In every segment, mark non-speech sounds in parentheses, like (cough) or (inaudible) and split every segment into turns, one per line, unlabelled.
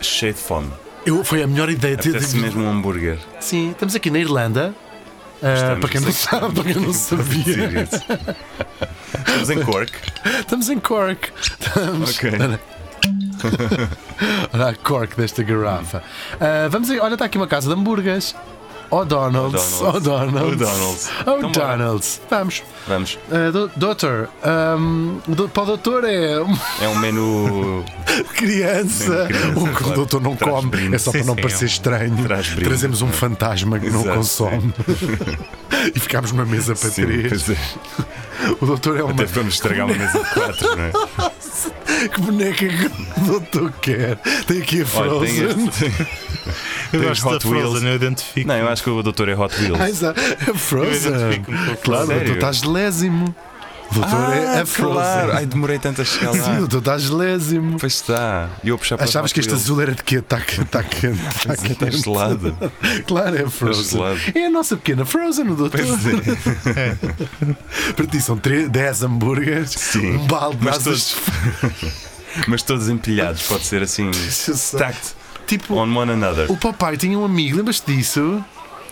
cheio de fome.
Eu, foi a melhor ideia. ter-
Até-se mesmo um hambúrguer.
Sim, estamos aqui na Irlanda. Ah,
Estamos,
para quem não
(laughs) estamos.
sabe, para quem não
Dizer
sabia,
isso. Estamos um em Cork.
estamos em Cork. Estamos.
Ok. (laughs)
Olha a Cork desta garrafa. Ah, vamos aí, olha, está aqui uma casa de hambúrgueres. O'Donnell's.
O'Donnell's.
O'Donnell's.
Então bora.
O'Donnell's. Vamos.
Vamos.
Ah, do- doutor, ahm, do- para o doutor é uma
É um menu. Sim,
criança.
criança,
o que o
claro.
doutor não
Traz
come
brinde.
é só para
Sim,
não
sim,
parecer
é um-
estranho.
traz brinde.
Trazemos um fantasma que não
Exato,
consome. (laughs) e ficámos numa mesa para
Sim,
três.
pois é.
O doutor é uma.
Até para nos estragar uma mesa de quatro, não é?
Que boneca que o doutor quer? Tem aqui a
Olha, tem
Frozen.
este.
Eu
Tem
gosto
Hot
da Frozen,
Wheels.
eu identifico.
Não, eu acho que o doutor é Hot Wheels.
Ah, exa- a
um
Frozen.
identifico-me com a
Claro,
Frozen.
doutor, estás lésimo. O doutor é a Frozen.
Ah, claro. Ai, demorei tanto a chegar
Sim, o
lá.
doutor estás lésimo.
Pois está. E eu a puxar para
Achavas
Hot
que este
Wheels.
azul era de quê? Tá Está quente. Está quente. Está
Sim, Está
quente. (laughs)
gelado.
Claro, é a Frozen.
gelado.
É a nossa pequena Frozen, o doutor.
Pois é.
(laughs) Para ti são 10 hambúrgueres,
Sim.
um balde de
Mas
asas
(laughs) Mas todos empilhados, pode ser assim. Stacked
Tipo,
on one another.
o papai tinha um amigo, lembras-te disso?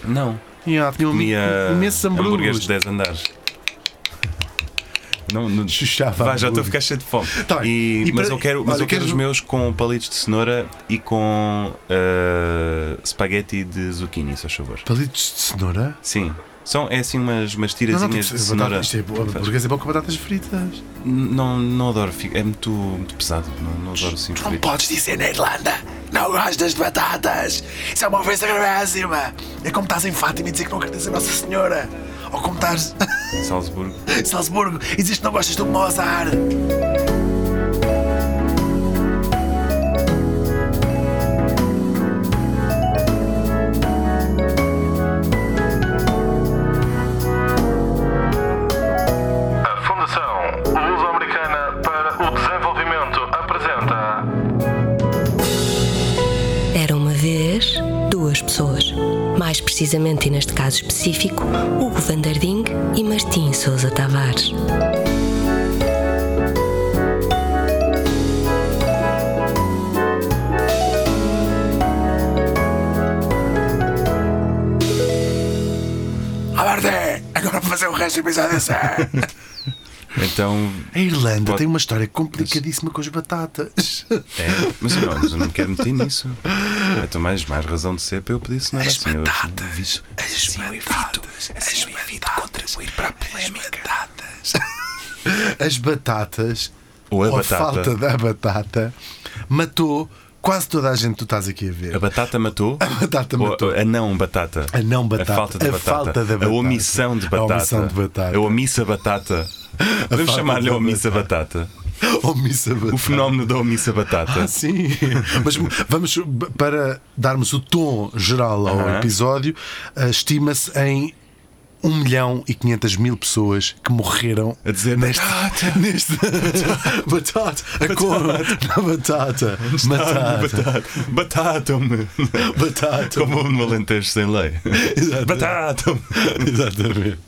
Não.
Yeah, tinha um amigo
Comia
com imensos
hambúrgueres
hambúrgueres.
de 10 andares. Não, não.
Chuchava
Vá, já estou a
hambúrgueres.
ficar cheio de fome.
Tá bem.
E-
E
mas
para-
eu quero, mas
olha,
eu quero
queres- um-
os meus com palitos de cenoura e com ah, espaguete de zucchini, se faz favor.
Palitos de cenoura?
Sim. São, é assim umas, umas
Não,
tirazinhas
não, tem que
de
ser
cenoura.
batata- isto é bo-
Faz-
hambúrgueres é bom com batatas fritas.
Não, não adoro, fica- é muito, muito pesado. Não, não adoro assim frito.
podes dizer na Irlanda, não gostas de batatas. Isso é uma ofensa gravíssima. É como estás em Fátima e dizer que não acreditas em Nossa Senhora. Ou como estás
Em Salzburgo.
em Salzburgo e dizer que não gostas do Mozart.
A Fundação Luso-Americana para o Desenvolvimento apresenta
Era uma vez duas pessoas. Mais precisamente, e neste caso específico, Hugo Vanderding e Martim Souza Tavares.
Alberto, agora para fazer o resto do episódio
Então.
A Irlanda
Pode-
tem uma história complicadíssima com as batatas.
É, mas não, mas eu não me quero meter nisso. Então, mais, mais razão de ser para eu pedir cenoura assim. Eu,
batatas. As batatas. As batatas. Contribuir para a polémica. As batatas.
Ou a
ou
batata.
falta da batata. Matou quase toda a gente que tu estás aqui a ver.
A batata matou? A
batata matou.
A não batata.
A não batata.
A falta de
A
batata.
falta da
A
batata.
omissão de
A
batata.
omissão de batata.
A omissa batata. Vamos
falta
chamar-lhe
da
a omissa batata.
(laughs) Omissa batata.
O fenómeno da omissa batata.
Ah, sim. (laughs) Mas vamos b- para darmos o tom geral ao
Aham.
episódio, eh, estima-se em 1 milhão e 500 mil pessoas que morreram
A dizer
neste,
batata.
neste (laughs)
(laughs)
batata, a cor da batata,
Ah,
batata,
batata. Batata-me.
batata.
Como no Alentejo sem lei.
Exato.
Batata-me.
Exatamente.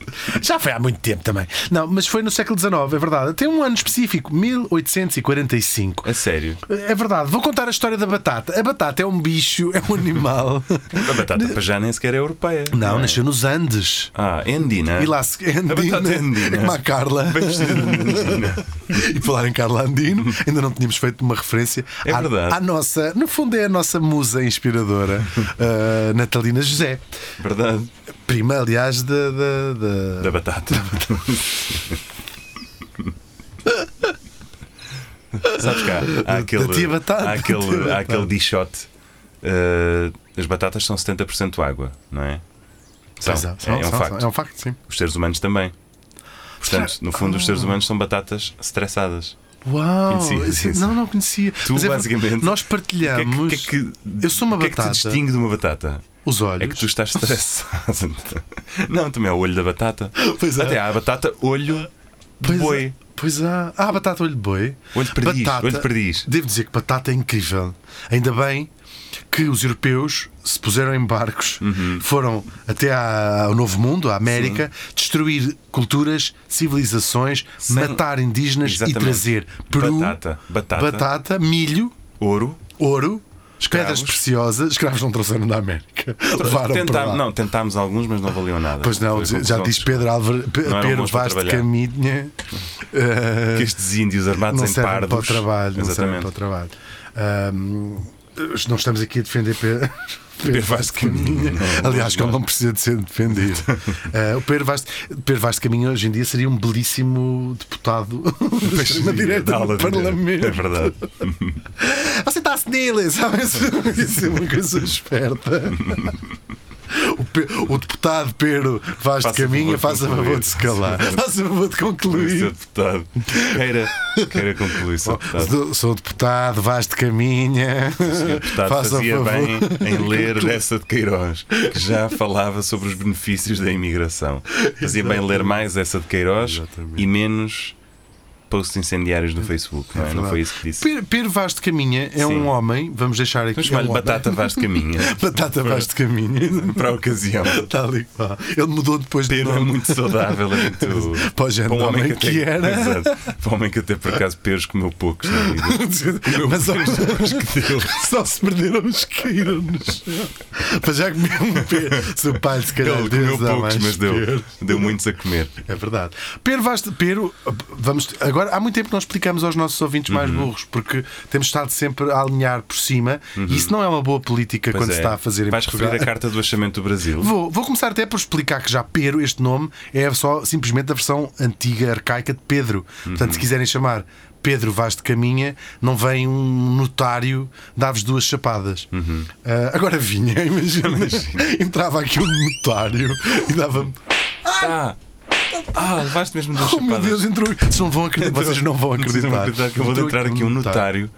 Já foi há muito tempo também. Não, mas foi no século XIX, é verdade. Tem um ano específico, 1845.
A sério.
É verdade, vou contar a história da batata. A batata é um bicho, é um
(laughs)
animal.
A batata para já nem sequer é europeia.
Não, nasceu nos Andes.
Ah, Andina.
E lá se Andina,
batata é andina.
é como a Carla.
Bem vestida de Andina.
(laughs) E falar em Carla Andino, ainda não tínhamos feito uma referência
É verdade.
à, à nossa, no fundo é a nossa musa inspiradora,
(laughs)
ah, Natalina José.
Verdade.
Prima, aliás, da. da- da-
Da batata. Sabes cá, há aquele,
da tia batata,
há aquele,
da tia batata.
há aquele dichote. eh, as batatas são 70% água, não é? São,
Pois é,
é,
são-
é um
são-
facto.
é um facto, sim.
Os seres humanos também. Portanto, no fundo, os seres humanos são batatas estressadas.
Uau!
Conhecia,
isso-
sim, sim.
Não, não conhecia.
Tu,
Mas é verdade,
basicamente,
Nós
O que é que- o
partilhamos
que é que-
Eu sou uma
o que é que te
batata.
distingue de uma batata?
os olhos.
É que tu estás estressado. (laughs) Não, também é o olho da batata.
Pois é.
Até há a batata, olho de
Pois é.
boi.
há- Pois há. Ah, batata olho de boi.
Olho de perdiz,
Batata-
olho de perdiz.
Devo dizer que batata é incrível. Ainda bem que os europeus se puseram em barcos,
Uhum.
foram até à- ao Novo Mundo, à América, destruir culturas, civilizações,
Sem-
matar indígenas e
Exatamente.
trazer Peru,
Batata, batata.
batata, milho,
Ouro,
ouro. pedras preciosas, escravos não trouxeram da América. Levaram para
Tentámos,
lá.
não, tentámos alguns, mas não valiam nada.
Pois não,
Foi a
já
conclusão
diz
dos-
Pedro Álvaro, Pe-
Não eram
Pedro
bons para
Vaz de
trabalhar.
Caminha. eh,
que estes índios armados
não
em
servem
pardos.
para o trabalho. Não servem
Exatamente.
para o trabalho. Ahm, não estamos aqui a defender Pedro,
(laughs)
Pedro Vaz de Caminha.
Não,
Aliás, que
não.
ele não precisa de
(laughs)
ser defendido. Ah, o Pedro Vaz, Pedro Vaz de Caminha hoje em dia seria um belíssimo deputado (laughs) da extrema-direita
Da aula
do
de direito.
Parlamento.
É
(laughs)
verdade.
Você está senil, sabe? Isso é uma coisa esperta. O, pe- o deputado Pedro Vaz de
Faça favor de
Caminha, faça favor
concluir.
de se calar. Faça favor de
Sr.
concluir.
Deputado. Queira, queira concluir, Sr.
Oh,
Deputado.
Sou- Sou deputado, Vaz de Caminha.
Sr. Deputado
Faça
fazia
favor.
bem
(laughs)
em ler essa de Queiroz, que já falava sobre os benefícios da imigração. Fazia bem ler mais essa de Queiroz
Exatamente.
e menos posts incendiários no Facebook. Não, é? Não foi isso que disse.
Pedro, Pedro Vaz de Caminha é um
Sim.
homem, vamos deixar aqui.
Então chamar-lhe
é um homem.
Batata Vaz de
(laughs)
Caminha.
Batata Vaz
(laughs)
de Caminha.
Para a ocasião.
Tal e qual. Ele mudou depois de
Pedro é
nome.
muito saudável, é
(laughs)
muito. um
Para o género de homem
até-
que era.
Exato. Para um homem que até por acaso Pedro comeu poucos é, na
(laughs)
vida.
Mas só,
deu.
só se perderam os que caíram no chão. Mas já comeu um peixe. Se o pai se calhar
Ele
deu,
comeu
dá
poucos,
mais
mas deu,
peixe.
deu muitos a comer.
É verdade. Pero, Vaz de- Pero, vamos, agora há muito tempo que não explicamos aos nossos ouvintes
Uhum.
mais burros, porque temos estado sempre a alinhar por cima e isso não é uma boa política
Uhum. Pois
quando
é.
se está a fazer em
Vais
Portugal.
referir a carta do achamento do Brasil.
Vou, vou começar até por explicar que já Pero, este nome, é só simplesmente a versão antiga, arcaica de Pedro. Portanto, se
Uhum.
quiserem chamar Pedro Vaz de Caminha, não vem um notário dar-vos duas chapadas.
Uhum.
Ah, agora vinha, (laughs) imagina. Entrava aqui um notário e dava-me.
Ah, ah levaste mesmo duas
Oh meu
chapadas.
Deus, entrou. Vocês não vão acreditar. Vocês não vão
precisam
acreditar.
que eu vou
Entrou
entrar aqui um notário.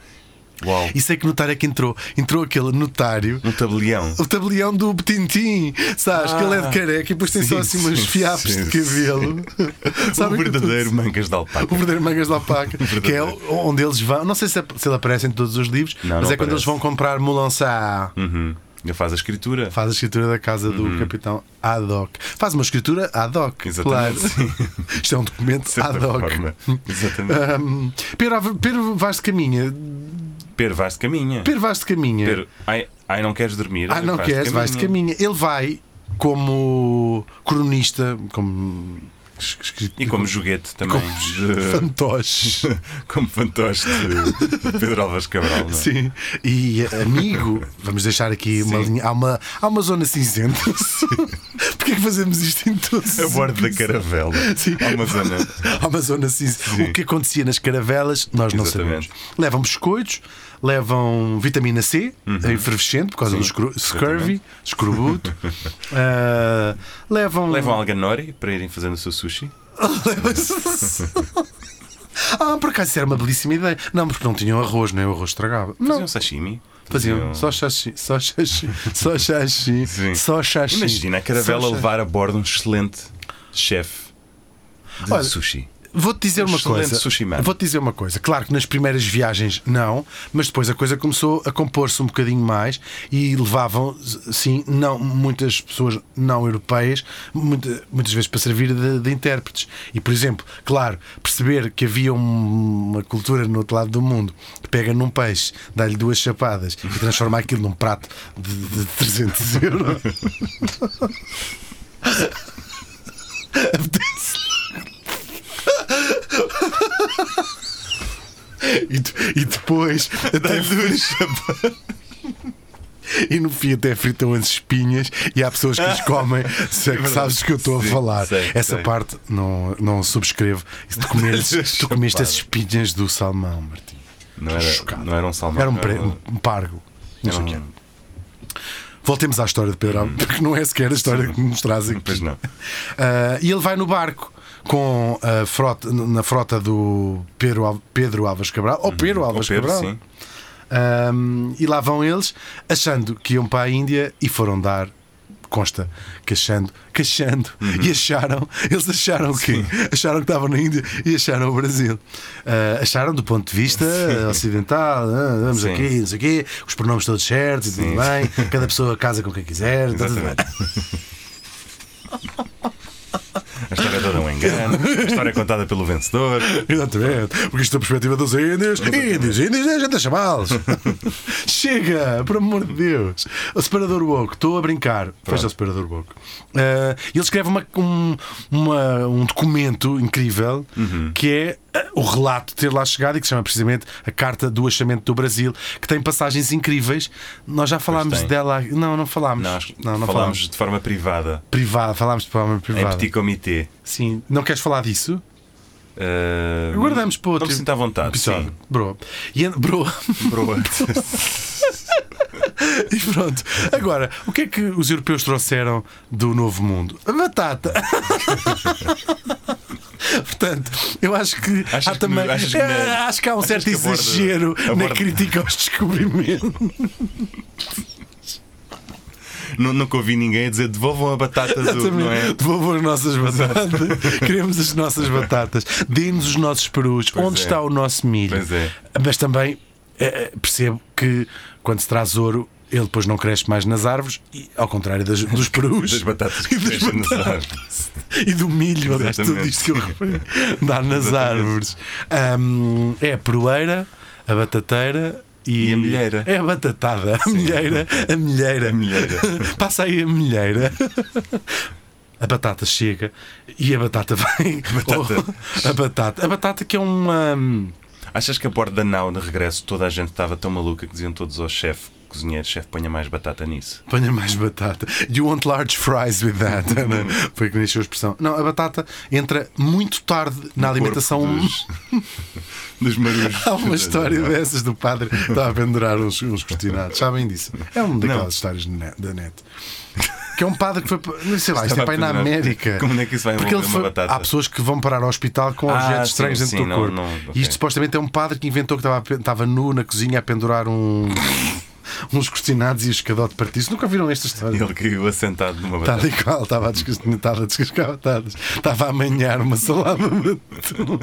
Uau.
E sei que notário é que entrou. Entrou aquele notário
Um tabelião.
o tabelião do Tintim, sabes? que ele é de careca e depois tem só
Ah. sim,
assim umas
sim,
fiapes
sim,
de cabelo.
O
(laughs) Sabem que-
Um verdadeiro mangas de alpaca.
O verdadeiro Mangas
(laughs)
da Alpaca, que é
verdadeiro.
onde eles vão. Não sei se, é se ele aparece em todos os livros,
Não,
mas
não
é quando eles
aparece.
vão comprar Mulançá.
Uhum. Ele faz a escritura.
Faz a escritura da casa do
Uhum.
capitão ad hoc. Faz uma escritura ad hoc.
Exatamente,
Claro. (laughs) Isto é um documento
De certa
ad hoc.
forma. Exatamente.
(laughs) Um, Pedro, Pedro Vaz de Caminha.
Pedro, vais de caminha.
Pedro Vaz de Caminha.
Pedro, ai, ai, não queres dormir?
Ah, não queres, vais de caminho. Ele vai como cronista, como es- escritor.
E eh, como joguete
(laughs)
também. de- (laughs)
fantoche.
como fantoche de de Pedro Alves Cabral. não é?
Sim. E eh, amigo, vamos deixar aqui uma linha. Há uma, há uma
(laughs)
zona cinzenta. Porquê é que fazemos isto em todos?
A
os
bordo da
episódios?
caravela.
Sim.
Há uma zona.
(laughs) Há uma zona cinzenta. O que acontecia nas caravelas, nós não
Exatamente.
sabemos. Levam biscoitos, levam vitamina C,
Uhum.
efervescente, por causa do escru- scurvy,
(laughs)
escorbuto. Ah, levam.
Levam Alganori para irem fazendo o seu sushi.
(laughs) Ah, por acaso isso era uma belíssima ideia. Não, porque não tinham arroz, nem o arroz estragava.
Faziam
Não,
um sashimi.
faziam só xaxi, só xaxi,
(laughs)
só xaxi,
Sim.
só xaxi.
Imagina a
Só
caravela
xaxi.
levar a bordo um excelente chefe de
Olha,
sushi.
Vou-te dizer
um
uma
excelente
coisa.
sushi man.
Vou-te dizer uma coisa. Claro que nas primeiras viagens não, mas depois a coisa começou a compor-se um bocadinho mais e levavam, sim, não, muitas pessoas não europeias, muita- muitas vezes para servir de, de intérpretes. E, por exemplo, claro, perceber que havia um- uma cultura no outro lado do mundo que pega num peixe, dá-lhe duas chapadas e transforma aquilo num prato de, de 300 (laughs) euros. E, de-
(laughs)
e depois até E no fim até fritam as espinhas e há
(laughs)
pessoas que as comem. Sei que sabes do que eu estou a
É Sim,
falar.
sei,
Essa
sei.
parte não, não subscrevo. E Tu,
(laughs)
comeres, tu comeste as espinhas do salmão, Martim.
Não
Estou
era,
chocado.
não era um salmão.
Era um,
não
pre-
era um-
um pargo. Não sei o que
era um-
era.
Hum.
Voltemos à história de Pedro Álvares, porque (laughs) não é sequer a história que nos traz aqui.
Pois não.
Ah, e ele vai no barco com a frota, na frota do Pedro, Al- Pedro Alves Cabral, ou Pedro
Uhum. Ou
Alves
Pedro,
Cabral.
sim.
Ahm, e lá vão eles, achando que iam para a Índia e foram dar. Consta que achando, que achando, e acharam, eles acharam o quê? Acharam que estavam na Índia e acharam o Brasil. Ah, acharam do ponto de vista ocidental, ah, vamos
Sim.
aqui, não sei o quê, os pronomes todos certos e tudo bem, cada pessoa casa com quem quiser, está tudo bem.
Exatamente. (laughs) A história é toda um engano, a história é contada pelo vencedor.
Exatamente. Porque isto da perspectiva dos índios. Índios, índios, a gente
(laughs)
a chamá-los. Chega, por amor de Deus. O separador woke, estou a brincar. Fecha o separador woke. Ah, ele escreve uma, um, uma- um documento incrível
Uhum.
que é ah, o relato de ter lá chegado e que se chama precisamente a Carta do Achamento do Brasil, que tem passagens incríveis. Nós já falámos
tem.
dela. Não, não falámos.
Não, acho que falámos de forma privada,
Privada, falámos de forma
em
privada.
petit comité.
Sim, não queres falar disso?
Ah,
Guardamos para outro.
Não me sinto à vontade.
episódio.
Sim.
Bro. E, an- bro. (laughs)
Broa. (laughs)
e pronto. Agora, o que é que os europeus trouxeram do novo mundo? A batata. (laughs) Portanto, eu acho que
Achas
há
que
também.
no- achas
(laughs)
que
eh,
na-
acho que há um
achas
certo
que aborda-
exagero na
aborda-
crítica aos descobrimentos.
Nu- Nunca ouvi ninguém a dizer devolvam a batata azul, não é?
Devolvam as nossas batatas. (laughs) Queremos as nossas batatas. Dê-nos os nossos perus. Onde
é.
está o nosso milho?
Pois é.
Mas também eh, percebo que quando se traz ouro, ele depois não cresce mais nas árvores, e, ao contrário das- dos perus.
(laughs) Das batatas
E
que
das
crescem nas
batatas.
árvores.
E do milho, aliás,
Exatamente.
tudo isto
(laughs)
que eu referi. Dá nas árvores. Ahm, é a perueira, a batateira. E,
E a milheira.
É a batatada. A milheira, a milheira.
A milheira.
(laughs) Passa aí a milheira. (laughs) A batata chega e a batata (laughs) vem.
batata.
Oh, a batata. A batata que é uma.
Achas que a bordo da nau, no regresso, toda a gente estava tão maluca que diziam todos ao chefe, cozinheiro, chefe, ponha mais batata nisso?
Ponha mais batata. You want large fries with that.
Uhum.
Ana? (laughs) Foi que nasceu a expressão. Não, a batata entra muito tarde na alimentação
Corpo
(laughs)
Dos, dos marujos.
Há uma história dessas do padre que estava a pendurar uns, uns cortinados. Sabem disso? É uma daquelas
Não.
histórias na- da net. Que é um padre que foi. pa- Não sei lá, isto
Estava
é para ir na
a pendurar.
América.
Como é que isso vai
Porque
envolver
ele
uma batata?
Há pessoas que vão parar ao hospital com
Ah,
objetos
sim,
estranhos dentro
sim,
do
não-
corpo.
não,
E
ok.
isto supostamente é um padre que inventou que estava, a pe- estava nu na cozinha a
(laughs)
pendurar um- uns cortinados e o escadote partido. Nunca viram esta história?
Ele caiu assentado numa
Está
batata.
de qual, estava a descascar, estava a descascar batatas. Estava a amanhar uma salada de atum.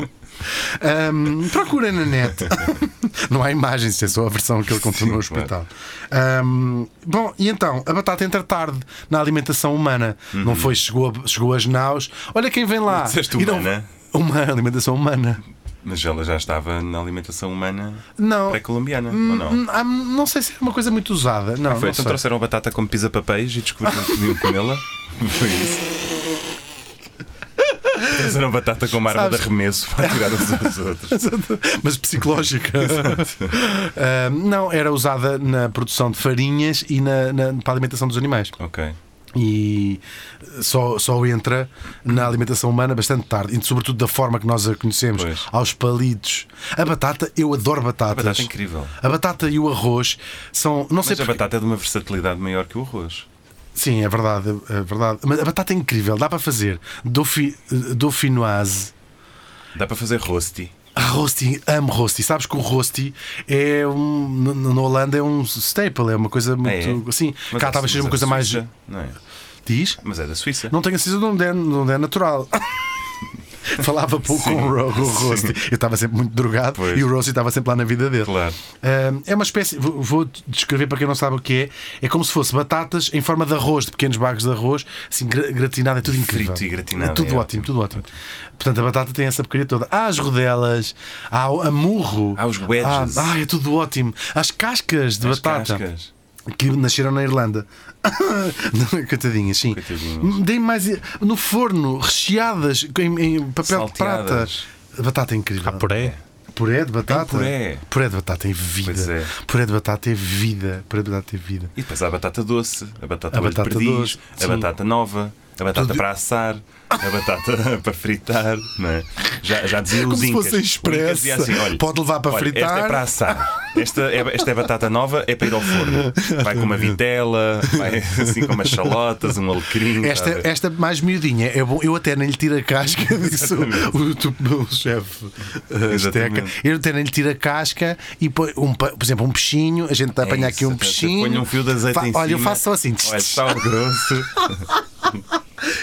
Ahm, Procurem na net. (laughs) Não há imagens, isto é só a versão que ele contou no
Sim, claro.
hospital. Ahm, bom, e então, a batata entra tarde na alimentação humana. Não foi, chegou, a- chegou às naus. Olha quem vem lá.
Uhum. Disseste
E não-
humana?
Uma alimentação humana.
Mas ela já estava na alimentação humana
Não.
pré-colombiana, ou não?
Hum, há- não sei se é uma coisa muito usada.
Foi,
Não, não
então
sei.
trouxeram a batata como pisa-papéis e descobriram que podiam
(laughs)
comê-la. Foi isso. (laughs) Trouxeram a batata como arma
Sabes-
de arremesso para tirar uns aos
(laughs)
outros.
Mas psicológica. Ah, não, era usada na produção de farinhas e na, na- para a alimentação dos animais.
Ok.
E só, só entra na alimentação humana bastante tarde, e sobretudo da forma que nós a conhecemos,
Pois.
aos palitos. A batata, eu adoro batatas.
A batata é incrível.
A batata e o arroz são. Não sei
Mas a
porquê-
batata é de uma versatilidade maior que o arroz.
Sim, é verdade, é verdade. Mas a batata é incrível, dá para fazer daufi- dauphinoise.
Dá para fazer rosti.
Ah, Rosti, amo Rosti. Sabes que o Rosti é um. no- no- Na Holanda é um staple, é uma coisa muito.
é?
Assim,
Mas
cá
é-
talvez
mas
seja
é
uma
da
coisa mais.
Suíça, Não é?
Diz?
Mas é da Suíça.
Não tenho a certeza de onde é, de onde
(laughs)
é natural. Falava pouco com o Ro- com o Rosti. Eu estava sempre muito drogado
Pois.
e o Rosti estava sempre lá na vida dele.
Claro.
Ahm, é uma espécie. Vou, vou descrever para quem não sabe o que é. É como se fosse batatas em forma de arroz, de pequenos bagos de arroz, assim, gra- gratinado, é tudo incrível.
Frito e gratinado,
É tudo
é
ótimo,
ótimo.
tudo ótimo. Portanto, a batata tem essa porcaria toda. Há as rodelas, há o- a murro.
Há os wedges.
Há- Ah, é tudo ótimo. As cascas de
As
batata
cascas.
que nasceram na Irlanda. (laughs) Não, Coitadinhas, sim.
Coitadinhas.
Deem mais. No forno, recheadas em, em papel de prata.
Salteadas.
A batata é incrível.
Há puré.
Puré de batata?
puré.
Puré de batata é vida.
Pois é.
Puré de batata é vida. Puré de batata é vida.
E depois há a batata doce, a batata,
A
a
batata
perdiz,
doce,
a
sim.
batata nova, a batata
Tudo-
para assar, a batata (laughs) para fritar, não é? Já, já dizia
Como
os
se
incas. Os
fosse
incas diziam assim,
expressa.
olha,
Pode levar para
olha, Esta
fritar.
é para assar. Esta é, esta é batata nova, é para ir ao forno. Vai com uma vitela, vai assim com umas chalotas, um alecrim.
Esta,
tá a ver?
esta mais miudinha é bom. Eu até nem lhe tiro a
(laughs)
casca, disse o, o, o, o chefe uh,
Exatamente.
Azteca. Eu até nem lhe tiro a casca e põe, um, pa- por exemplo, um peixinho. A gente apanha aqui um
É isso,
peixinho.
Põe um fio de azeite
Fa-
em
Olha, eu
cima.
faço só assim.
Olha, sal grosso.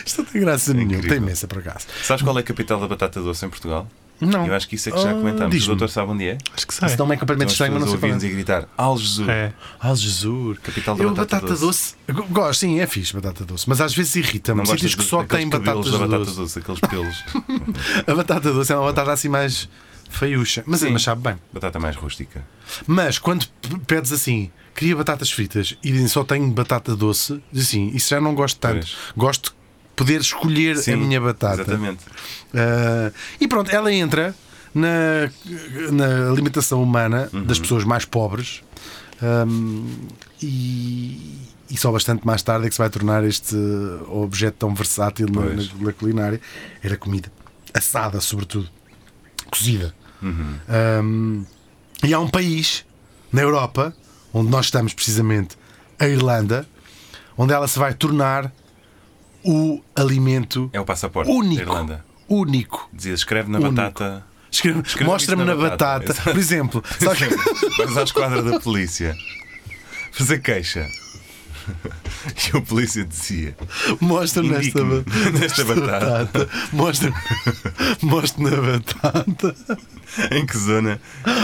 Isto não tem graça nenhuma.
É incrível.
Tem imensa para casa.
Sabes qual é a capital da batata doce em Portugal?
Não.
Eu acho que isso é que já
Ah,
comentámos. O
diz-me.
doutor sabe onde é?
Acho que sai.
Se não é
Então
completamente
as
estranho, mas
pessoas
não sei
ouviam-nos
qual
e gritar Al Jesus.
É.
Ah, Jesus.
Capital da
Eu
batata doce.
Go- Gosto, sim, é fixe, batata doce. Mas às vezes irrita-me.
gostas
Sítios que
de-
só
daqueles
têm
cabelos
batatas
da batata
doce.
doce, aqueles pelos.
(laughs) A batata doce é uma batata assim mais feiucha. Mas,
Sim.
mas sabe bem.
batata mais rústica.
Mas quando p- pedes assim, queria batatas fritas e dizem só tenho batata doce, diz assim, isso já não gosto tanto.
Pois.
Gosto de poder escolher a minha batata.
Exatamente.
Ah, e pronto, ela entra na, na alimentação humana
Uhum.
das pessoas mais pobres ahm, e, e só bastante mais tarde é que se vai tornar este objeto tão versátil na,
Pois.
na- na culinária. Era comida assada, sobretudo, cozida.
Uhum.
Ahm, e há um país na Europa, onde nós estamos precisamente, a Irlanda, onde ela se vai tornar o alimento
É o passaporte
único.
da Irlanda.
Único.
Dizia, escreve na
Único.
batata. (laughs)
Escreve-
Escreve
Mostra-me
isso
na batata.
Exato.
Por exemplo,
(laughs)
sabe que-
Vais à esquadra da polícia fazer queixa. (laughs) E o polícia dizia:
mostra-me (laughs) nesta,
Indique-me nesta batata
batata. Mostra-me (laughs) mostra na batata.
em que zona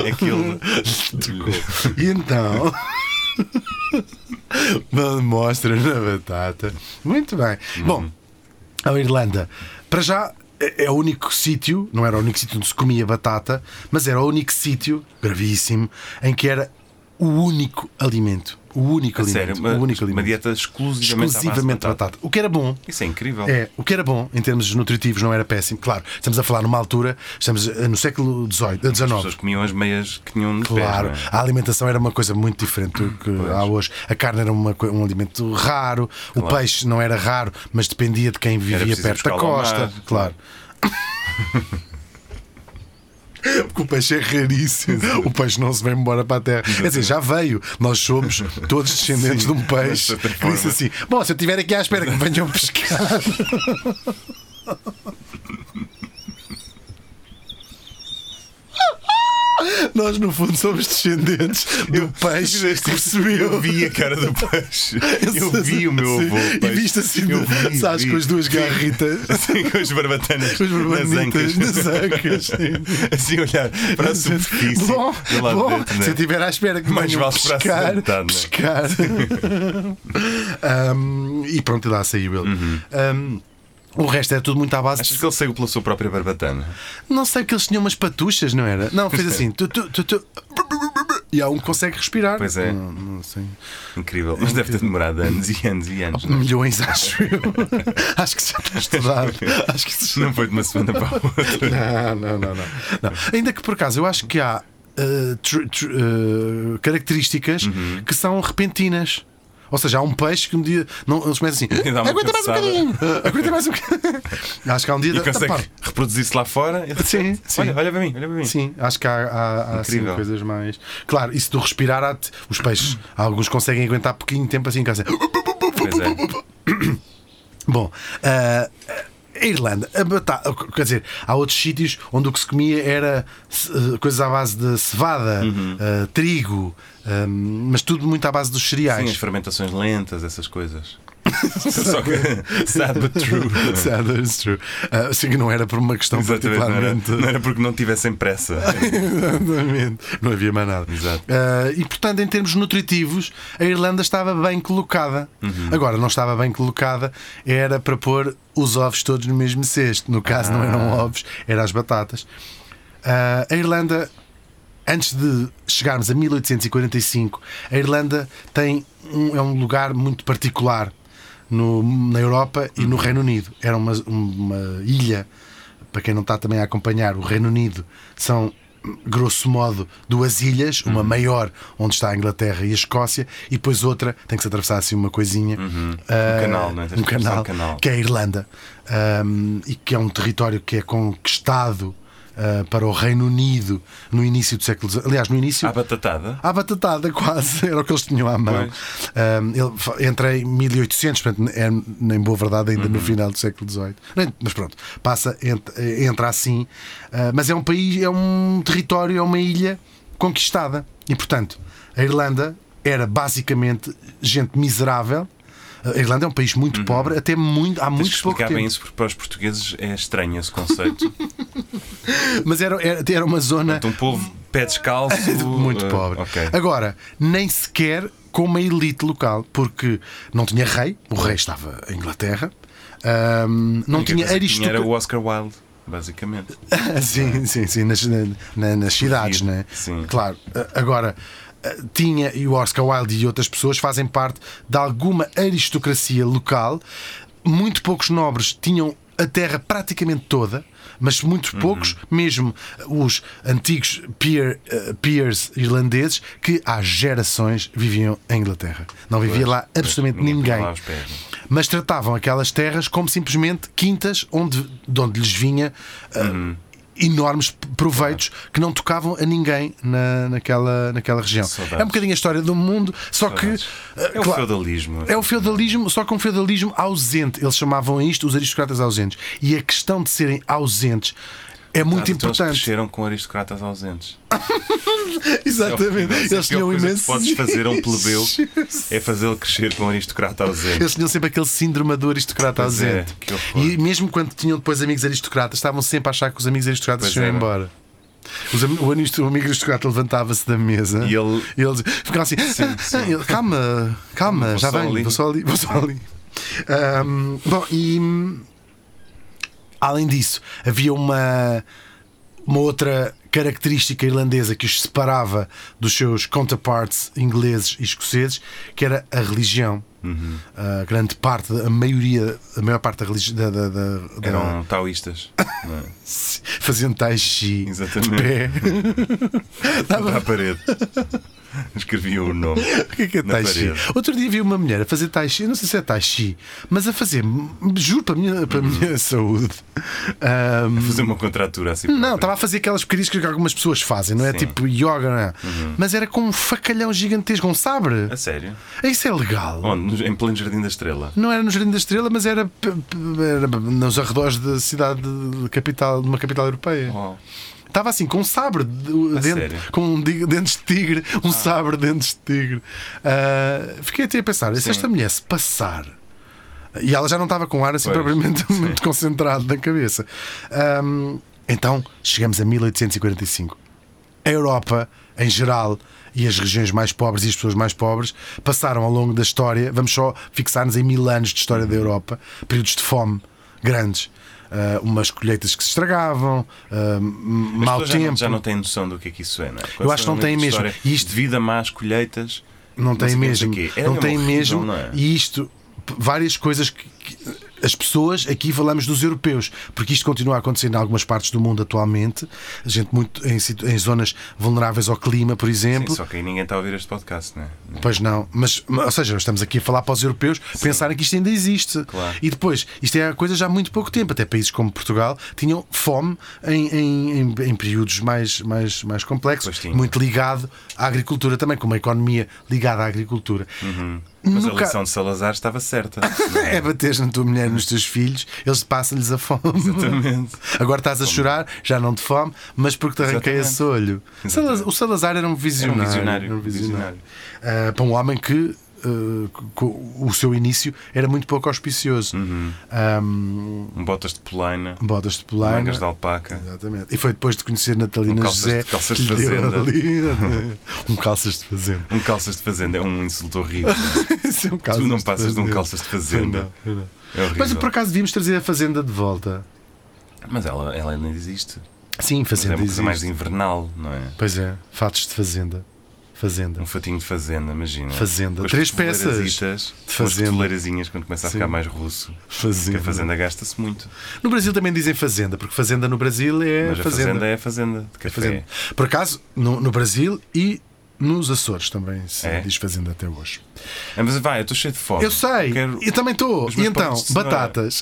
é que
(laughs)
ele tocou.
E então. (laughs) Mostra na batata. Muito bem.
Uhum.
Bom, a Irlanda, para já é é o único sítio, não era o único sítio onde se comia batata, mas era o único sítio, gravíssimo, em que era o único alimento. O único alimento.
Sério, uma,
o único
uma
alimento.
dieta exclusivamente, à tá? base de
exclusivamente
batata.
batata. O que era bom
Isso é incrível.
É, o que era bom em termos nutritivos não era péssimo. Claro, estamos a falar numa altura, estamos eh, no século XVIII,
As
XIX.
pessoas comiam as meias que tinham de
Claro,
pés, não é?
a alimentação era uma coisa muito diferente do que há hoje. A carne era uma co- um alimento raro, o
Claro.
peixe não era raro, mas dependia de quem vivia
preciso
perto da
buscar lá ao
costa.
mar.
Claro. Porque o peixe é raríssimo. O peixe não se vai embora para a terra. Quer dizer, já veio. Nós somos todos descendentes de um peixe
certa
que disse
forma.
assim: Bom, se eu estiver aqui à espera que me venham pescar. (laughs) Nós, no fundo, somos descendentes do peixe que
Eu
recebeu.
vi a cara do
(laughs)
peixe. Eu vi o meu
Sim.
avô.
E
peixe.
viste assim,
Eu vi,
sabes,
vi.
com as duas garritas,
Assim, com as barbatanas,
com as
nas ancas.
barbanitas nas ancas. sim.
(laughs) Assim, olhar para a superfície.
Bom,
do lado
bom, tipo,
dentro, né?
se eu estiver à espera que
Mais
mais venham
vale esperar
pescar,
sentado, né?
pescar. (laughs) Um, e pronto, lá saiu ele.
Uhum.
Um, o resto era tudo muito à base de
Achas que ele saiu pela sua própria barbatana?
Não sei que eles tinham umas patuchas, não era? Não,
é.
fez assim. tu, tu, tu, tu, e há um que consegue respirar.
Pois é.
Não, não sei.
Incrível. Mas deve ter demorado anos e anos e anos. não é?
Milhões, (laughs) acho eu. acho que já está estudado. Acho que isso
é?
já...
Não foi de uma semana para a outra.
Não, não, não, não, não. Ainda que por acaso, eu acho que há eh, tr- tr- eh, características
Uhum.
que são repentinas. Ou seja, há um peixe que um dia. Não, eles
(laughs)
começam assim.
dá uma
Aguenta mais um
cabeçada."
bocadinho! Aguenta mais um
(laughs)
bocadinho! acho que há um dia.
E
da- da
consegue
parte.
reproduzir-se lá fora. Ele-
Sim, sim.
Olha, olha para mim, olha para mim.
Sim, acho que há, há, há assim,
Incrível.
coisas mais. Claro, isso do respirar, há- os peixes, alguns conseguem aguentar pouquinho tempo assim, que assim.
Pois é.
(coughs) Bom, ah, a Irlanda, a batata, quer dizer, há outros sítios onde o que se comia era se- eh, coisas à base de cevada,
Uhum.
ah, trigo, ah, mas tudo muito à base dos
Sim, as
cereais.
fermentações lentas, essas
(laughs)
coisas. Só que. Sad but é true.
Sad, that's true. Ah, assim que não era por uma questão
Exatamente, não era,
particularmente.
não era porque não tivessem pressa.
Exatamente. Não havia mais nada.
Exato.
Ah, e portanto, em termos nutritivos, a Irlanda estava bem colocada. Agora, não estava bem colocada, era para pôr os ovos todos no mesmo cesto. No caso, não eram ovos, eram as batatas. Ah, a Irlanda, antes de chegarmos a 1845, a Irlanda tem um- é um lugar muito particular no- na Europa e
Uhum.
no Reino Unido. Era uma, uma ilha, para quem não está também a acompanhar, o Reino Unido são, grosso modo, duas ilhas, uma
Uhum.
maior, onde está a Inglaterra e a Escócia, e depois outra, tem que se atravessar assim uma coisinha. ah,
Um canal, não é? Tens
um
que atravessar
canal,
um canal.
que é a Irlanda, ahm, e que é um território que é conquistado ah, para o Reino Unido no início do século XIX. Aliás, no início.
À batatada.
À batatada, quase, (laughs) era o que eles tinham à mão. Um, ele fa- entra em 1800, portanto, é, em boa verdade, ainda
Uhum.
no final do século XVIII. Nem- Mas pronto, passa, ent- entra, assim. Uh, mas é um país, é um território, é uma ilha conquistada. E, portanto, a Irlanda era basicamente gente miserável A Irlanda é um país muito pobre, até muito, há
Uhum. Tens que
muito pouco
explicar
tempo.
bem isso porque para os portugueses é estranho esse conceito.
Mas era, era, era uma zona
então, um povo pé
(laughs)
descalço.
É muito
eh,
pobre.
ok.
Agora, nem sequer com uma elite local, porque não tinha rei, o rei estava em Inglaterra, ahm,
A
não
única coisa que
tinha
Era
aristocracia.
o Oscar Wilde, basicamente.
(laughs) sim, sim, sim, nas, na- na- nas cidades,
Rio,
né?
sim.
Claro. Ah, Agora, ah, tinha, e o Oscar Wilde e outras pessoas fazem parte de alguma aristocracia local. Muito poucos nobres tinham a terra praticamente toda. Mas
Uhum.
muito poucos, mesmo os antigos peer, ah, peers irlandeses, que há gerações viviam em Inglaterra. Não vivia lá absolutamente
Ninguém
ninguém
lá aos pés, não.
mas tratavam aquelas terras como simplesmente quintas onde, de onde lhes vinha ah, enormes proveitos que não tocavam a ninguém na, naquela, naquela região.
Saudades.
É um bocadinho a história do mundo, só
Saudades.
que. ah,
É o
claro,
feudalismo.
é o feudalismo, só que um feudalismo ausente. Eles chamavam isto os aristocratas ausentes. E a questão de serem ausentes é muito
Ah, então eles
importante.
cresceram com aristocratas ausentes.
(laughs) Exatamente.
Isso é a pior
Eles tinham
coisa que
imenso.
Podes fazer a um
(laughs)
plebeu é fazê-lo crescer com um aristocrata ausente.
Eles tinham sempre aquele síndrome do aristocrata
Pois é,
ausente.
que horror.
e mesmo quando tinham depois amigos aristocratas, estavam sempre a achar que os amigos aristocratas
Pois
tinham
era.
embora. Os am- o, anisto- o amigo aristocrata levantava-se da mesa
E ele-
dizia- ficava assim: "Ah,
sim.
ah", ele, calma, calma,
Vou
já
só
vem,
ali."
vou só ali, vou só
(laughs)
ali. Ahm, bom, e hum, além disso, havia uma, uma outra característica irlandesa que os separava dos seus counterparts ingleses e escoceses, que era a religião.
Uhum.
A grande parte, a maioria, a maior parte da religião da, da, da- da-
Eram taoístas. não é?
faziam tai chi de
Exatamente. (laughs)
pé.
Para a parede. (laughs) Escreviam o nome.
O que é, que é
Na
tai chi?
parede.
Outro dia vi uma mulher a fazer tai chi, eu não sei se é tai chi, mas a fazer, juro para a minha,
Uhum.
para a minha (laughs) saúde. Ahm,
Fazer uma contratura assim.
Não, tá- estava a fazer aquelas porcarias que algumas pessoas fazem, não é?
Sim. Uhum.
Tipo yoga, não é? Mas era com um facalhão gigantesco, um sabre.
A sério?
Isso é legal.
Onde? Nos- Em pleno Jardim da Estrela.
Não era no Jardim da Estrela, mas era, p- p- era nos arredores da cidade de capital, de uma capital europeia.
Oh.
Estava assim, com um sabre de,
A
dente-
sério? Ah.
com um dig- dentes de tigre, um sabre de dentes de tigre. Ah, fiquei até a pensar, e se esta mulher se passar. E ela já não estava com ar assim
Pois,
propriamente muito (laughs) concentrado na cabeça. Ahm, então chegamos a 1845. A Europa, em geral, e as regiões mais pobres e as pessoas mais pobres passaram ao longo da história, vamos só fixar-nos em mil anos de história da Europa, períodos de fome grandes, ah, umas colheitas que se estragavam, ah,
As
mau
pessoas já não-
tempo.
Já não têm noção do que é que isso é, não é?
Eu acho que não têm mesmo.
História,
E isto-
Devido a más colheitas.
Não tem
sei quem
mesmo.
sei quê. Era
Não tem
horrível,
mesmo.
não é?
E isto, p- várias coisas que, que- as pessoas, aqui falamos dos europeus, porque isto continua a acontecer em algumas partes do mundo atualmente, a gente muito em, situ- em zonas vulneráveis ao clima, por
Sim,
exemplo.
só que aí ninguém está a ouvir este podcast, não é?
Pois não, mas, mas, ou seja, estamos aqui a falar para os europeus pensarem que isto ainda existe.
Claro.
E depois, isto é a coisa já há muito pouco tempo. Até países como Portugal tinham fome em, em, em- em períodos mais, mais,
Pois
mais complexos,
tinha.
muito ligado à agricultura também, com uma economia ligada à agricultura.
Uhum. Mas
No
a
ca-
lição de Salazar estava certa. não é?
É bateres na tua mulher e nos teus filhos, eles passam-lhes a fome.
Exatamente.
Agora estás a chorar, já não de fome, mas porque te arranquei
Exatamente.
esse olho.
Exatamente.
Salaz- o Salazar era um visionário.
visionário,
era um visionário.
visionário.
Ah, para um homem que ah, co- o seu início era muito pouco auspicioso.
Uhum.
Ahm,
Um botas de polaina,
bodas de polaina.
mangas de alpaca.
Exatamente. E foi depois de conhecer Natalina
Um calças-
José
calças
que
de
lhe deu
fazenda.
ali- um calças
(laughs)
de fazenda.
Um calças de fazenda é um insulto horrível.
Isso é um
tu
calças
não passas de um
fazenda.
calças de fazenda.
Não, não.
É horrível. Mas,
Mas por acaso devíamos trazer a fazenda de volta.
ela, ela ainda existe.
Sim,
Mas é
fazenda
uma coisa
existe.
mais invernal, não é?
Pois é, fatos de fazenda. Fazenda.
Um fatinho de fazenda, imagina.
Fazenda.
Com as
Três peças
peteleirazitas, Com as
fazenda.
peteleirazinhas, quando começa a
Sim.
ficar mais russo. Porque
Fazenda.
a fazenda gasta-se muito.
No Brasil também dizem fazenda, porque fazenda no Brasil é
Mas a
fazenda.
fazenda é a fazenda de café.
É fazenda. Por acaso, no, no Brasil e nos Açores também se
É?
diz fazenda até hoje.
É, Mas vai, eu estou cheio de fome.
Eu sei,
Quero-
eu também estou.
os
E
meus
então,
palitos de cenoura.
batatas.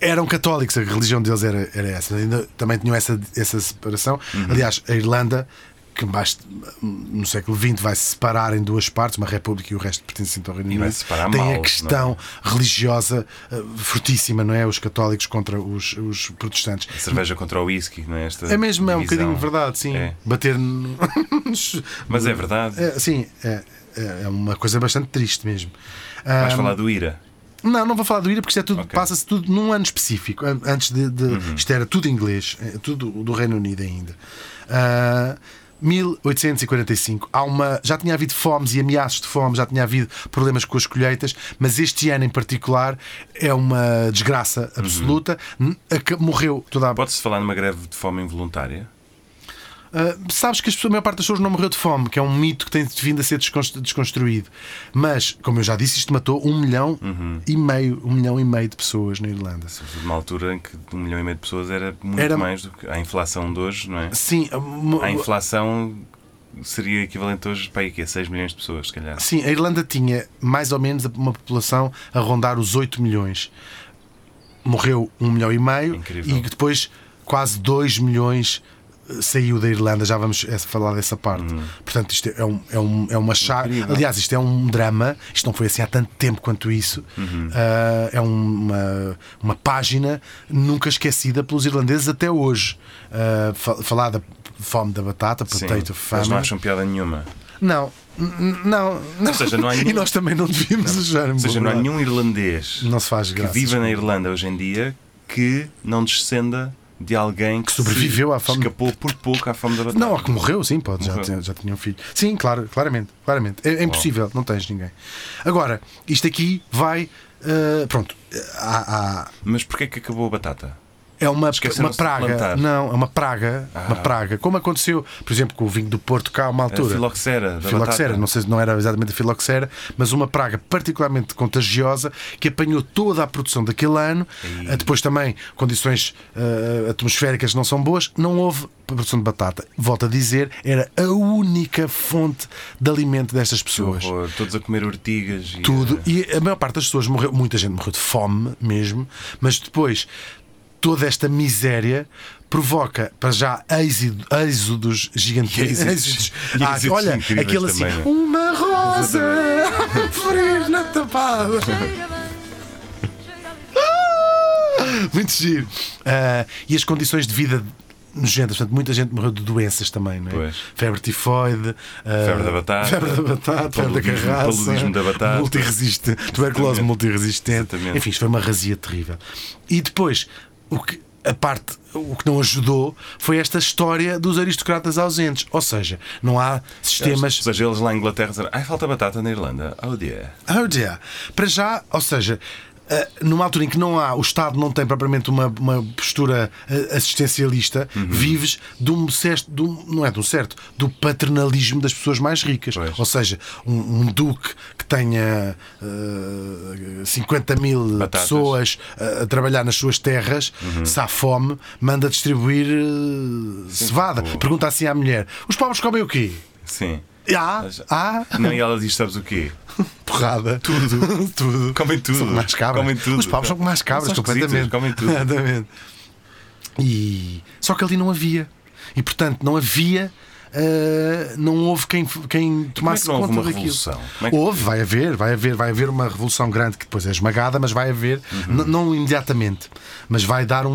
(laughs) Eram católicos,
Uhum.
a religião deles era, era essa. Ainda, também tinham essa, essa separação. Aliás, a Irlanda, que mais- no século XX vai se separar em duas partes, uma república e o resto pertencente ao Reino Unido.
vai se separar
tem
mal,
a
não é?
questão religiosa eh, fortíssima, não é? Os católicos contra os, os protestantes.
Cerveja contra o whisky, não é? Esta
É mesmo, é um
divisão.
bocadinho verdade, sim.
É.
Bater (laughs) no- nos.
Mas é verdade.
É, sim, é, é uma coisa bastante triste mesmo.
Vais
Ah,
falar do Ira.
Não, não vou falar do IRA porque isto é tudo,
Ok.
passa-se tudo num ano específico. an- Antes de. de- Isto era tudo inglês, eh, tudo do Reino Unido ainda. Ah, 1845. Há uma, já tinha havido fomes e ameaços de fome, já tinha havido problemas com as colheitas, mas este ano em particular é uma desgraça absoluta. N- a que Morreu toda a.
Pode-se falar numa greve de fome involuntária?
Ah, sabes que as pessoas- a maior parte das pessoas não morreu de fome, que é um mito que tem vindo a ser desconst- desconstruído. Mas, como eu já disse, isto matou um milhão e meio, um milhão e meio de pessoas na Irlanda.
Numa altura em que um milhão e meio de pessoas era muito
Era-
mais do que a inflação de hoje, não é?
Sim, mo-
A inflação seria equivalente hoje para aí quê? 6 milhões de pessoas, se calhar.
sim, a Irlanda tinha mais ou menos uma população a rondar os 8 milhões. Morreu 1 milhão e meio
Incrível.
e depois quase 2 milhões eh, saiu da Irlanda. Já vamos eh, falar dessa parte. Portanto, isto é, um, é, um- é uma chave.
Hum. Incrível.
Aliás, isto é um drama. Isto não foi assim há tanto tempo quanto isso.
Uhum.
Ah, é uma, uma página nunca esquecida pelos irlandeses até hoje. Ah, fa- falar da fome da batata,
Sim.
potato
Eles não
famine.
acham piada nenhuma.
Não, n- n- não.
Ou seja, não há nenhum-
(laughs) E nós também não devíamos usar
Ou seja, não há nenhum irlandês
Não se faz
que
graça.
viva na Irlanda hoje em dia que não descenda de alguém que,
sobreviveu
se
à fome.
Escapou por pouco à fome da batata.
Não, ou que morreu, sim, pode, já
Morreu.
tinha- já tinha um filho. Sim, claro, claramente, claramente. É, é impossível, não tens ninguém. Agora, isto aqui vai. eh, pronto, há- há-
Mas porquê que acabou a batata?
é uma, uma
Esqueceram-se de
praga.
plantar. Ah.
Não, é uma praga. Uma praga. Como aconteceu, por exemplo, com o vinho do Porto cá a uma
A
altura.
filoxera da
filoxera,
batata.
não sei se não era exatamente a filoxera, mas uma praga particularmente contagiosa que apanhou toda a produção daquele ano. Eh, Depois também condições eh, atmosféricas não são boas, não houve produção de batata. Volto a dizer, era a única fonte de alimento destas pessoas.
Horror. Todos a comer ortigas e
Tudo.
a-
E a maior parte das pessoas morreu, muita gente morreu de fome mesmo, mas depois toda esta miséria provoca para já êxido- êxodos
(laughs)
gigantescos.
E êxidos-
Êxidos.
e
Ah,
êxidos
olha,
incríveis
aquele assim,
também, não é?
uma rosa a florir
(laughs)
na tapada. Muito giro. Ah, e as condições de vida nojentas, portanto, muita gente morreu de doenças também, não é?
Pois.
Febre tifoide, ah,
Febre da batata.
febre da batata, febre da
Paludismo-
carraça,
paludismo da batata.
multirresistente, tuberculose
Exatamente.
multiresistente.
Exatamente.
Enfim, isto foi uma razia terrível. E depois, o que, a parte, o que não ajudou foi esta história dos aristocratas ausentes. Ou seja, não há sistemas.
Ou seja, eles lá em Inglaterra disseram, ai, falta batata na Irlanda. Oh dear.
Oh dear. Para já, ou seja, eh, numa altura em que não há, o Estado não tem propriamente uma, uma postura eh, assistencialista,
Uhum.
vives de um certo, de um- não é de um certo, do paternalismo das pessoas mais ricas.
Pois.
Ou seja, um, um duque que tenha eh, 50 mil
Batatas. Uhum.
pessoas eh, a trabalhar nas suas terras, se há fome, manda distribuir eh, cevada.
boa.
Pergunta assim à mulher: os pobres comem o quê?
Sim.
Ah,
Mas-
ah,
Não, e ela diz: sabes o quê?
porrada. Tudo. (laughs) tudo.
Comem tudo.
São como as cabras.
Comem tudo.
Os pobres são como as cabras,
São esquisitos,
completamente.
comem tudo.
Exatamente. E... Só que ali não havia. E portanto, não havia. ah, não houve quem, quem tomasse
é não houve
conta
uma
daquilo.
revolução? Como é que-
Houve, vai haver, vai haver, vai haver uma revolução grande que depois é esmagada, mas vai haver,
Uhum.
n- não imediatamente, mas vai dar um,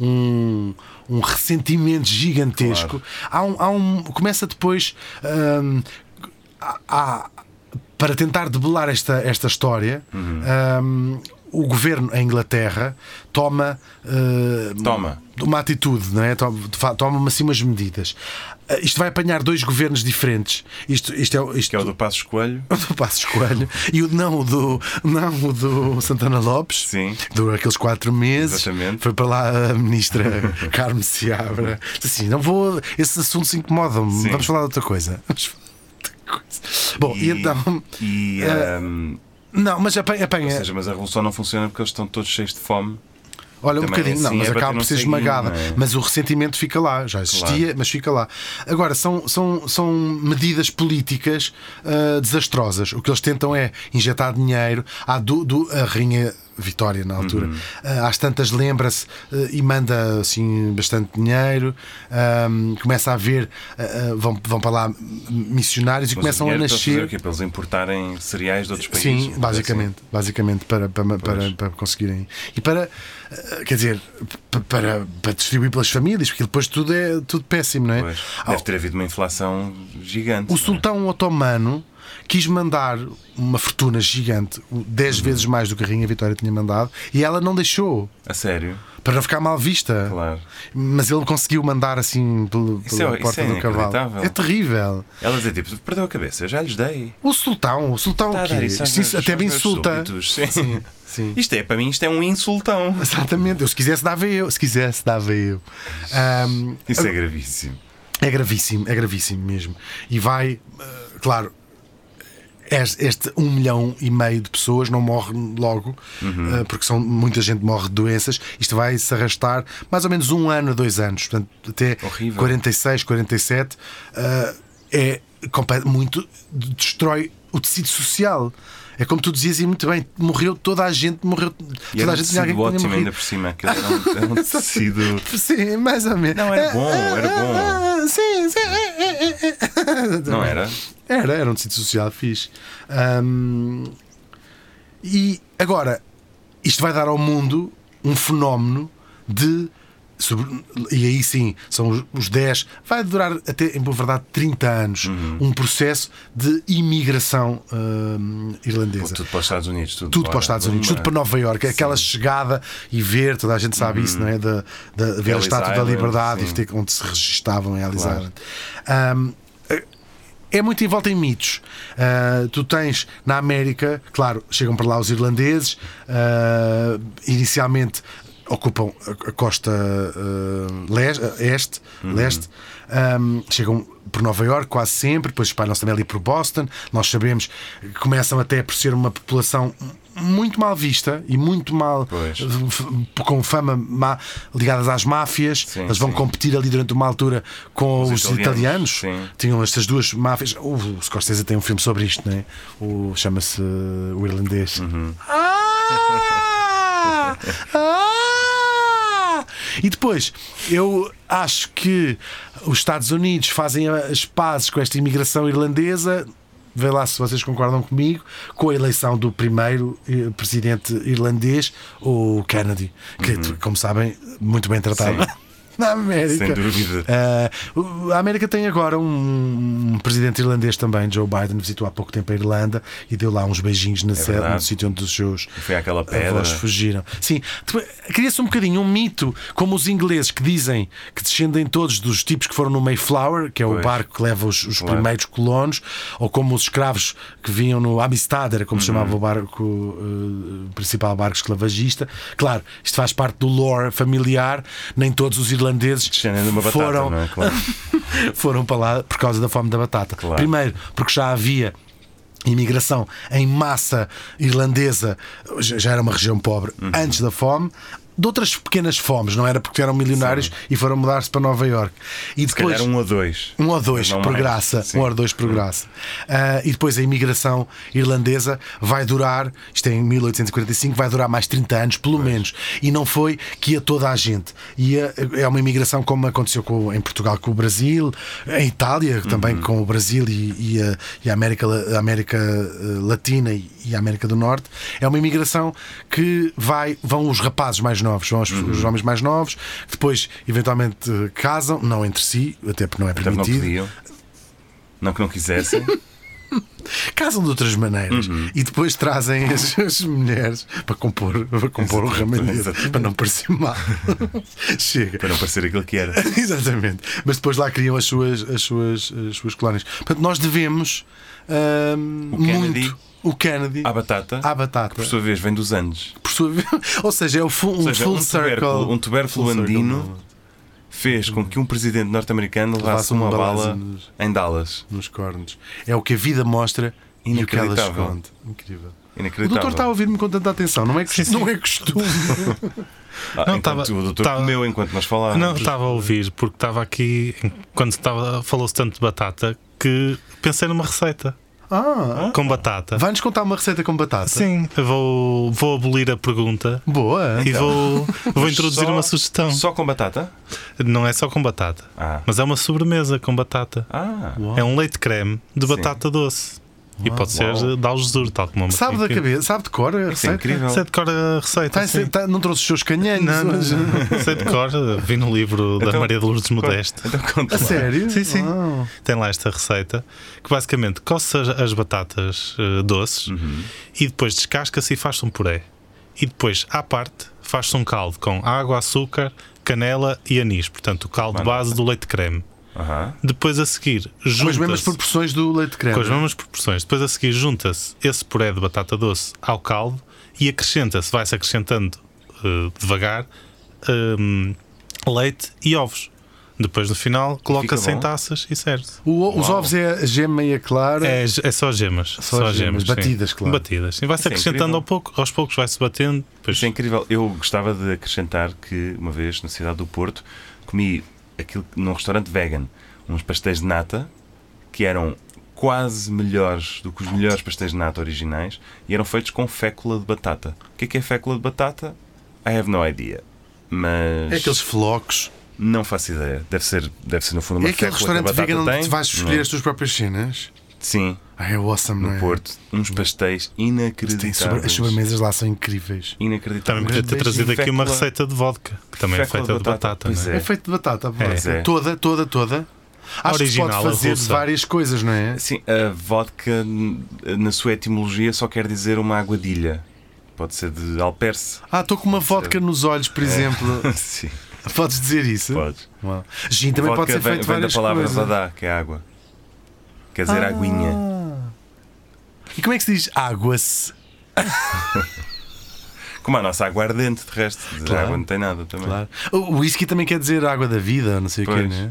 um, um- um ressentimento gigantesco. Há um, há um- começa depois hum, há- há- para tentar debelar esta, esta história.
Uhum.
hum, o governo em Inglaterra toma, eh,
Toma.
uma atitude, não é? Toma- de fa- Toma-me assim umas medidas. Eh, Isto vai apanhar dois governos diferentes. Isto, isto é, o- isto
Que é o do Passos Coelho.
o (laughs) do Passos Coelho e o não o do, não, o do Santana Lopes.
Sim.
Durou aqueles quatro meses.
Exatamente.
Foi para lá
(laughs)
a ministra Carmo Seabra. Disse Assim, não vou. Esses assuntos incomodam-me.
Sim.
Vamos falar de outra coisa. Vamos falar de outra coisa. Bom, e, então.
e,
eh,
hum,
Não, mas apanha. apanha
ou seja, mas a revolução não funciona porque eles estão todos cheios de fome.
Olha, um
Também,
bocadinho, não,
assim,
mas
é
acaba
bater
por ser
num ceguinho,
esmagada.
não é?
Mas o ressentimento fica lá, já existia, mas fica lá. Agora, são, são, são medidas políticas ah, desastrosas. O que eles tentam é injetar dinheiro. Há du- du- a rainha Vitória na altura,
Uhum.
ah, às tantas lembra-se eh, e manda assim bastante dinheiro, ahm, começa a haver, ah, ah, vão, vão para lá missionários e
Mas
começam
o
a
dinheiro para fazer
nascer.
o quê? Para eles importarem cereais de outros países?
Sim, basicamente, basicamente para, para, para, para conseguirem. E para, eh, quer dizer, p- para, para distribuir pelas famílias, porque depois tudo é tudo péssimo, não é?
Assim, Pois,
Ah,
deve ter havido uma inflação gigante.
o
não é?
sultão otomano quis mandar uma fortuna gigante,
Uhum.
10 vezes mais do que a Rainha Vitória tinha mandado, e ela não deixou,
é? A sério?
para não ficar mal vista.
Claro.
Mas ele conseguiu mandar assim pelo,
Isso
pela
é- isso
porta
é
do cavalo.
inacreditável.
É terrível.
Elas é tipo, perdeu a cabeça, eu já lhes dei. Tá,
O sultão, o sultão
Está
o
a
quê?
dar isso aos
Isto-
meus-
até
aos
me
meus
insulta.
súbditos, Sim.
Sim.
Isto é, para mim, isto é um insultão.
Exatamente, eu se quisesse dava eu, se quisesse dava eu. Ahm,
Isso é gravíssimo.
é gravíssimo, é gravíssimo mesmo. E vai, eh, claro, es- este um milhão e meio de pessoas não morre logo,
Uhum.
eh, porque são, muita gente morre de doenças. Isto vai se arrastar mais ou menos um ano, dois anos, portanto, até
Horrível.
46, 47. eh, é compa- muito, d- destrói o tecido social. É como tu dizias e muito bem, morreu toda a gente, morreu
E
toda
era
a
um
gente tinha alguém
tecido
que tinha
ótimo, ainda
morrido.
por cima. Aquilo era um,
(laughs)
era um tecido.
Sim, mais ou menos.
Não, era bom,
Ah,
era
ah,
bom.
ah, Sim, sim.
Não é. era?
é. Era, era um tecido social fixe. Ahm, e agora, isto vai dar ao mundo um fenómeno de. sobre- e aí sim, são os, os 10. Vai durar até, em boa verdade, 30 anos.
Uhum.
Um processo de imigração ahm, irlandesa
Tudo para os Estados Unidos. Tudo,
tudo para
embora.
os Estados Unidos, tudo para Nova Iorque, aquela chegada e ver, toda a gente sabe isso, não é? De, de, ver a
Uhum. Ellis
Estátua da
Island,
Liberdade
sim.
e ter, onde se registavam em Ellis
Claro.
Island. Ahm, é muito envolta em mitos. Ah, tu tens na América, claro, chegam para lá os irlandeses, ah, inicialmente ocupam a a costa ah, leste, ah, este,
Uhum.
leste Ahm, chegam por Nova Iorque quase sempre, depois espalham-se também ali por Boston. Nós sabemos que começam até por ser uma população muito mal vista e muito mal
Pois.
f- com fama má, ligadas às máfias.
Sim,
Eles vão
sim.
competir ali durante uma altura com
Os
os,
italianos,
italianos,
sim.
tinham estas duas máfias. O, o Scorsese tem um filme sobre isto, não é? O, chama-se O Irlandês.
Uhum.
Ah! Ah! E depois, eu acho que os Estados Unidos fazem as pazes com esta imigração irlandesa. Vê lá se vocês concordam comigo, com a eleição do primeiro eh, presidente irlandês, o Kennedy, que, como sabem, muito bem tratado
Uhum. Sim.
(laughs) na América.
Sem dúvida.
Ah, o- a América tem agora um, um presidente irlandês também, Joe Biden, visitou há pouco tempo a Irlanda e deu lá uns beijinhos na sede,
É verdade.
no sítio onde os seus
Foi àquela pedra.
avós fugiram. Sim, tu- cria-se um bocadinho um mito, como os ingleses que dizem que descendem todos dos tipos que foram no Mayflower, que é o
Pois.
barco que leva os, os
Claro.
primeiros colonos, ou como os escravos que vinham no Amistad, era
Uhum.
como se chamava o barco, eh, principal barco esclavagista. Claro, isto faz parte do lore familiar, nem todos os irlandeses
Descendem de uma batata,
foram,
não é? Claro.
foram para lá por causa da fome da batata.
Claro.
Primeiro, porque já havia imigração em massa irlandesa, já já era uma região pobre
Uhum.
antes da fome. De outras pequenas fomes, não era porque eram milionários e foram mudar-se para Nova Iorque. E
Se calhar
depois
um ou dois.
um ou dois,
Não
por
mais.
graça.
Sim.
Um ou dois, por graça. Ah, e depois a imigração irlandesa vai durar, isto é em 1845, vai durar mais 30 anos, pelo menos. E não foi que ia toda a gente. Ia, é uma imigração como aconteceu com- em Portugal com o Brasil, em Itália também com o Brasil e, e a, e a América, La- a América eh, Latina e, e a América do Norte. É uma imigração que vai, vão os rapazes mais novos, vão os, os homens mais novos, que depois eventualmente eh, casam, não entre si, até porque não é
Portanto, Então não podiam.
permitido.
Não que não
(laughs)
quisessem.
Casam de outras maneiras
Uhum.
e depois trazem as, as mulheres para compor, para compor o
Exatamente,
ramalhete,
exatamente.
para não parecer mal. (laughs) Chega.
para não parecer aquilo que era.
(laughs) Exatamente. Mas depois lá criam as suas, as suas, as suas colónias. Portanto, nós devemos ahm,
O Kennedy.
muito o Kennedy
À batata.
à batata.
Por sua vez, vem dos Andes.
Por sua vez- (laughs) Ou seja, é o fu- um
Ou seja,
full
um
circle.
tubérculo, um tubérculo
full circle.
andino fez com que um presidente norte-americano levasse
Levasse um uma
uma
bala
bala
nos-
em Dallas.
nos cornos. É o que a vida mostra e o que ela
Inacreditável.
esconde. Incrível. O
Inacreditável.
doutor está a ouvir-me com tanta atenção, não é, cost- não é costume.
(laughs) Ah,
Não,
enquanto
tava-
o doutor
tava-
comeu enquanto nós falávamos.
Não, estava a ouvir, porque estava aqui, quando estava- falou-se tanto de batata, que pensei numa receita.
Ah,
com batata.
vai-nos contar uma receita com batata.
Sim, eu vou, vou abolir a pergunta
Boa.
e vou, vou
Mas
introduzir
só-
uma sugestão.
Só com batata?
Não é só com batata,
Ah.
mas é uma sobremesa com batata.
Ah,
É um leite creme de batata doce. E pode ser
Uau.
de algesur, tal como a
Sabe da
Martim.
cabeça, sabe de cor a
isso é
receita?
incrível.
Sei de cor a receita.
Tá,
sim.
tá- não trouxe os seus canhões. eh,
Não, não,
hoje.
não. Sei de cor, vi no livro da
Então-
Maria de Lourdes Modesto.
Então conta
A
lá.
sério?
Sim, sim.
Uau.
Tem lá esta receita que basicamente coce as- as batatas eh, doces
Uhum.
e depois descasca-se e faz-se um puré. E depois, à parte, faz-se um caldo com água, açúcar, canela e anis. Portanto, o caldo base do leite creme.
Aham.
Depois a seguir,
Com Ah, as
junta-se
mesmas proporções do leite de creme.
com as mesmas proporções. Depois a seguir, junta-se esse puré de batata doce ao caldo e acrescenta-se, vai-se acrescentando eh, devagar, hum, leite e ovos. Depois no final, coloca-se em
bom?
taças e serve-se.
O- os ovos é a gema e a clara.
É, é só gemas. Só,
gemas,
gemas. sim.
batidas, claro.
Batidas. Sim, vai-se
Isso é incrível.
acrescentando ao pouco, aos poucos vai-se batendo. Depois
Isso é incrível. Eu gostava de acrescentar que uma vez na cidade do Porto comi aquilo que- num restaurante vegan uns pastéis de nata que eram quase melhores do que os melhores pastéis de nata originais e eram feitos com fécula de batata. O que é que é fécula de batata? I have no idea. Mas
É aqueles flocos.
não faço ideia. Deve ser, deve ser no fundo uma
é
fécula
aquele
que a
restaurante
batata
vegan
tem.
onde tu vais escolher
Não. é?
as tuas próprias cenas.
Sim,
Ah, é awesome,
no
não é?
Porto. Uns pastéis
Tem
inacreditáveis.
sobre- as sobremesas lá são incríveis.
também
Inacreditáveis.
podia ter
beijinho.
trazido aqui uma
Fécula-
receita de vodka, que também é
fécula
feita de
de batata.
batata.
Pois
não é?
É. feito de batata, pois
é.
Toda, toda, toda. Acho
Original,
que se pode
a
fazer de
russa.
várias coisas, não é?
Sim, a vodka, n- na sua etimologia, só quer dizer uma aguadilha. Pode ser de alperce. (laughs)
Ah, estou com uma vodka nos olhos,
É.
por exemplo.
Sim,
Podes dizer isso?
podes.
Uau. Gin também
vodka
pode ser
vem,
feito de
vem da
várias
palavra
coisas. Ah.
vadá, que é água. Quer dizer, aguinha.
E como é que se diz água-se?
Como a nossa aguardente, de resto. Dizer
Claro.
água não tem nada também.
Claro. O whisky também quer dizer água da vida, não sei o quê,
Pois.
né?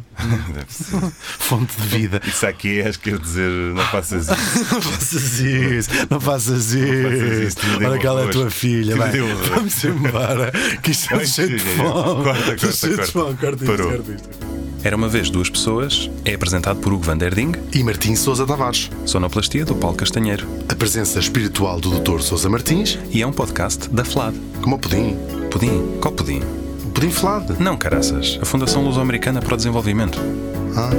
Deve ser.
Fonte de
(laughs)
vida.
Isso aqui acho que quer dizer, não assim. faças isso.
Não faças isso, não faças isso.
isso, tudo em
Olha aquela é a
horrores.
tua filha.
Tudo
vai.
em horrores.
Vamos embora, que isto é um
Ai,
cheio de
chega,
fome.
corta,
Estou
corta,
cheio de
corta.
fome, corta isto,
Parou.
corta isto.
Era uma vez duas pessoas, é apresentado por Hugo Van Der Ding,
E Martins Souza Tavares,
sonoplastia do Paulo Castanheiro,
a presença espiritual do Dr. Souza Martins,
e é um podcast da FLAD.
como o pudim,
Pudim? Qual pudim?
o pudim flado.
Não, caraças. A Fundação Luso-Americana para o Desenvolvimento.
Ah.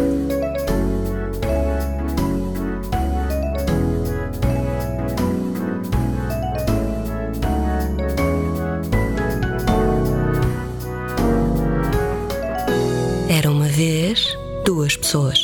Era uma vez duas pessoas.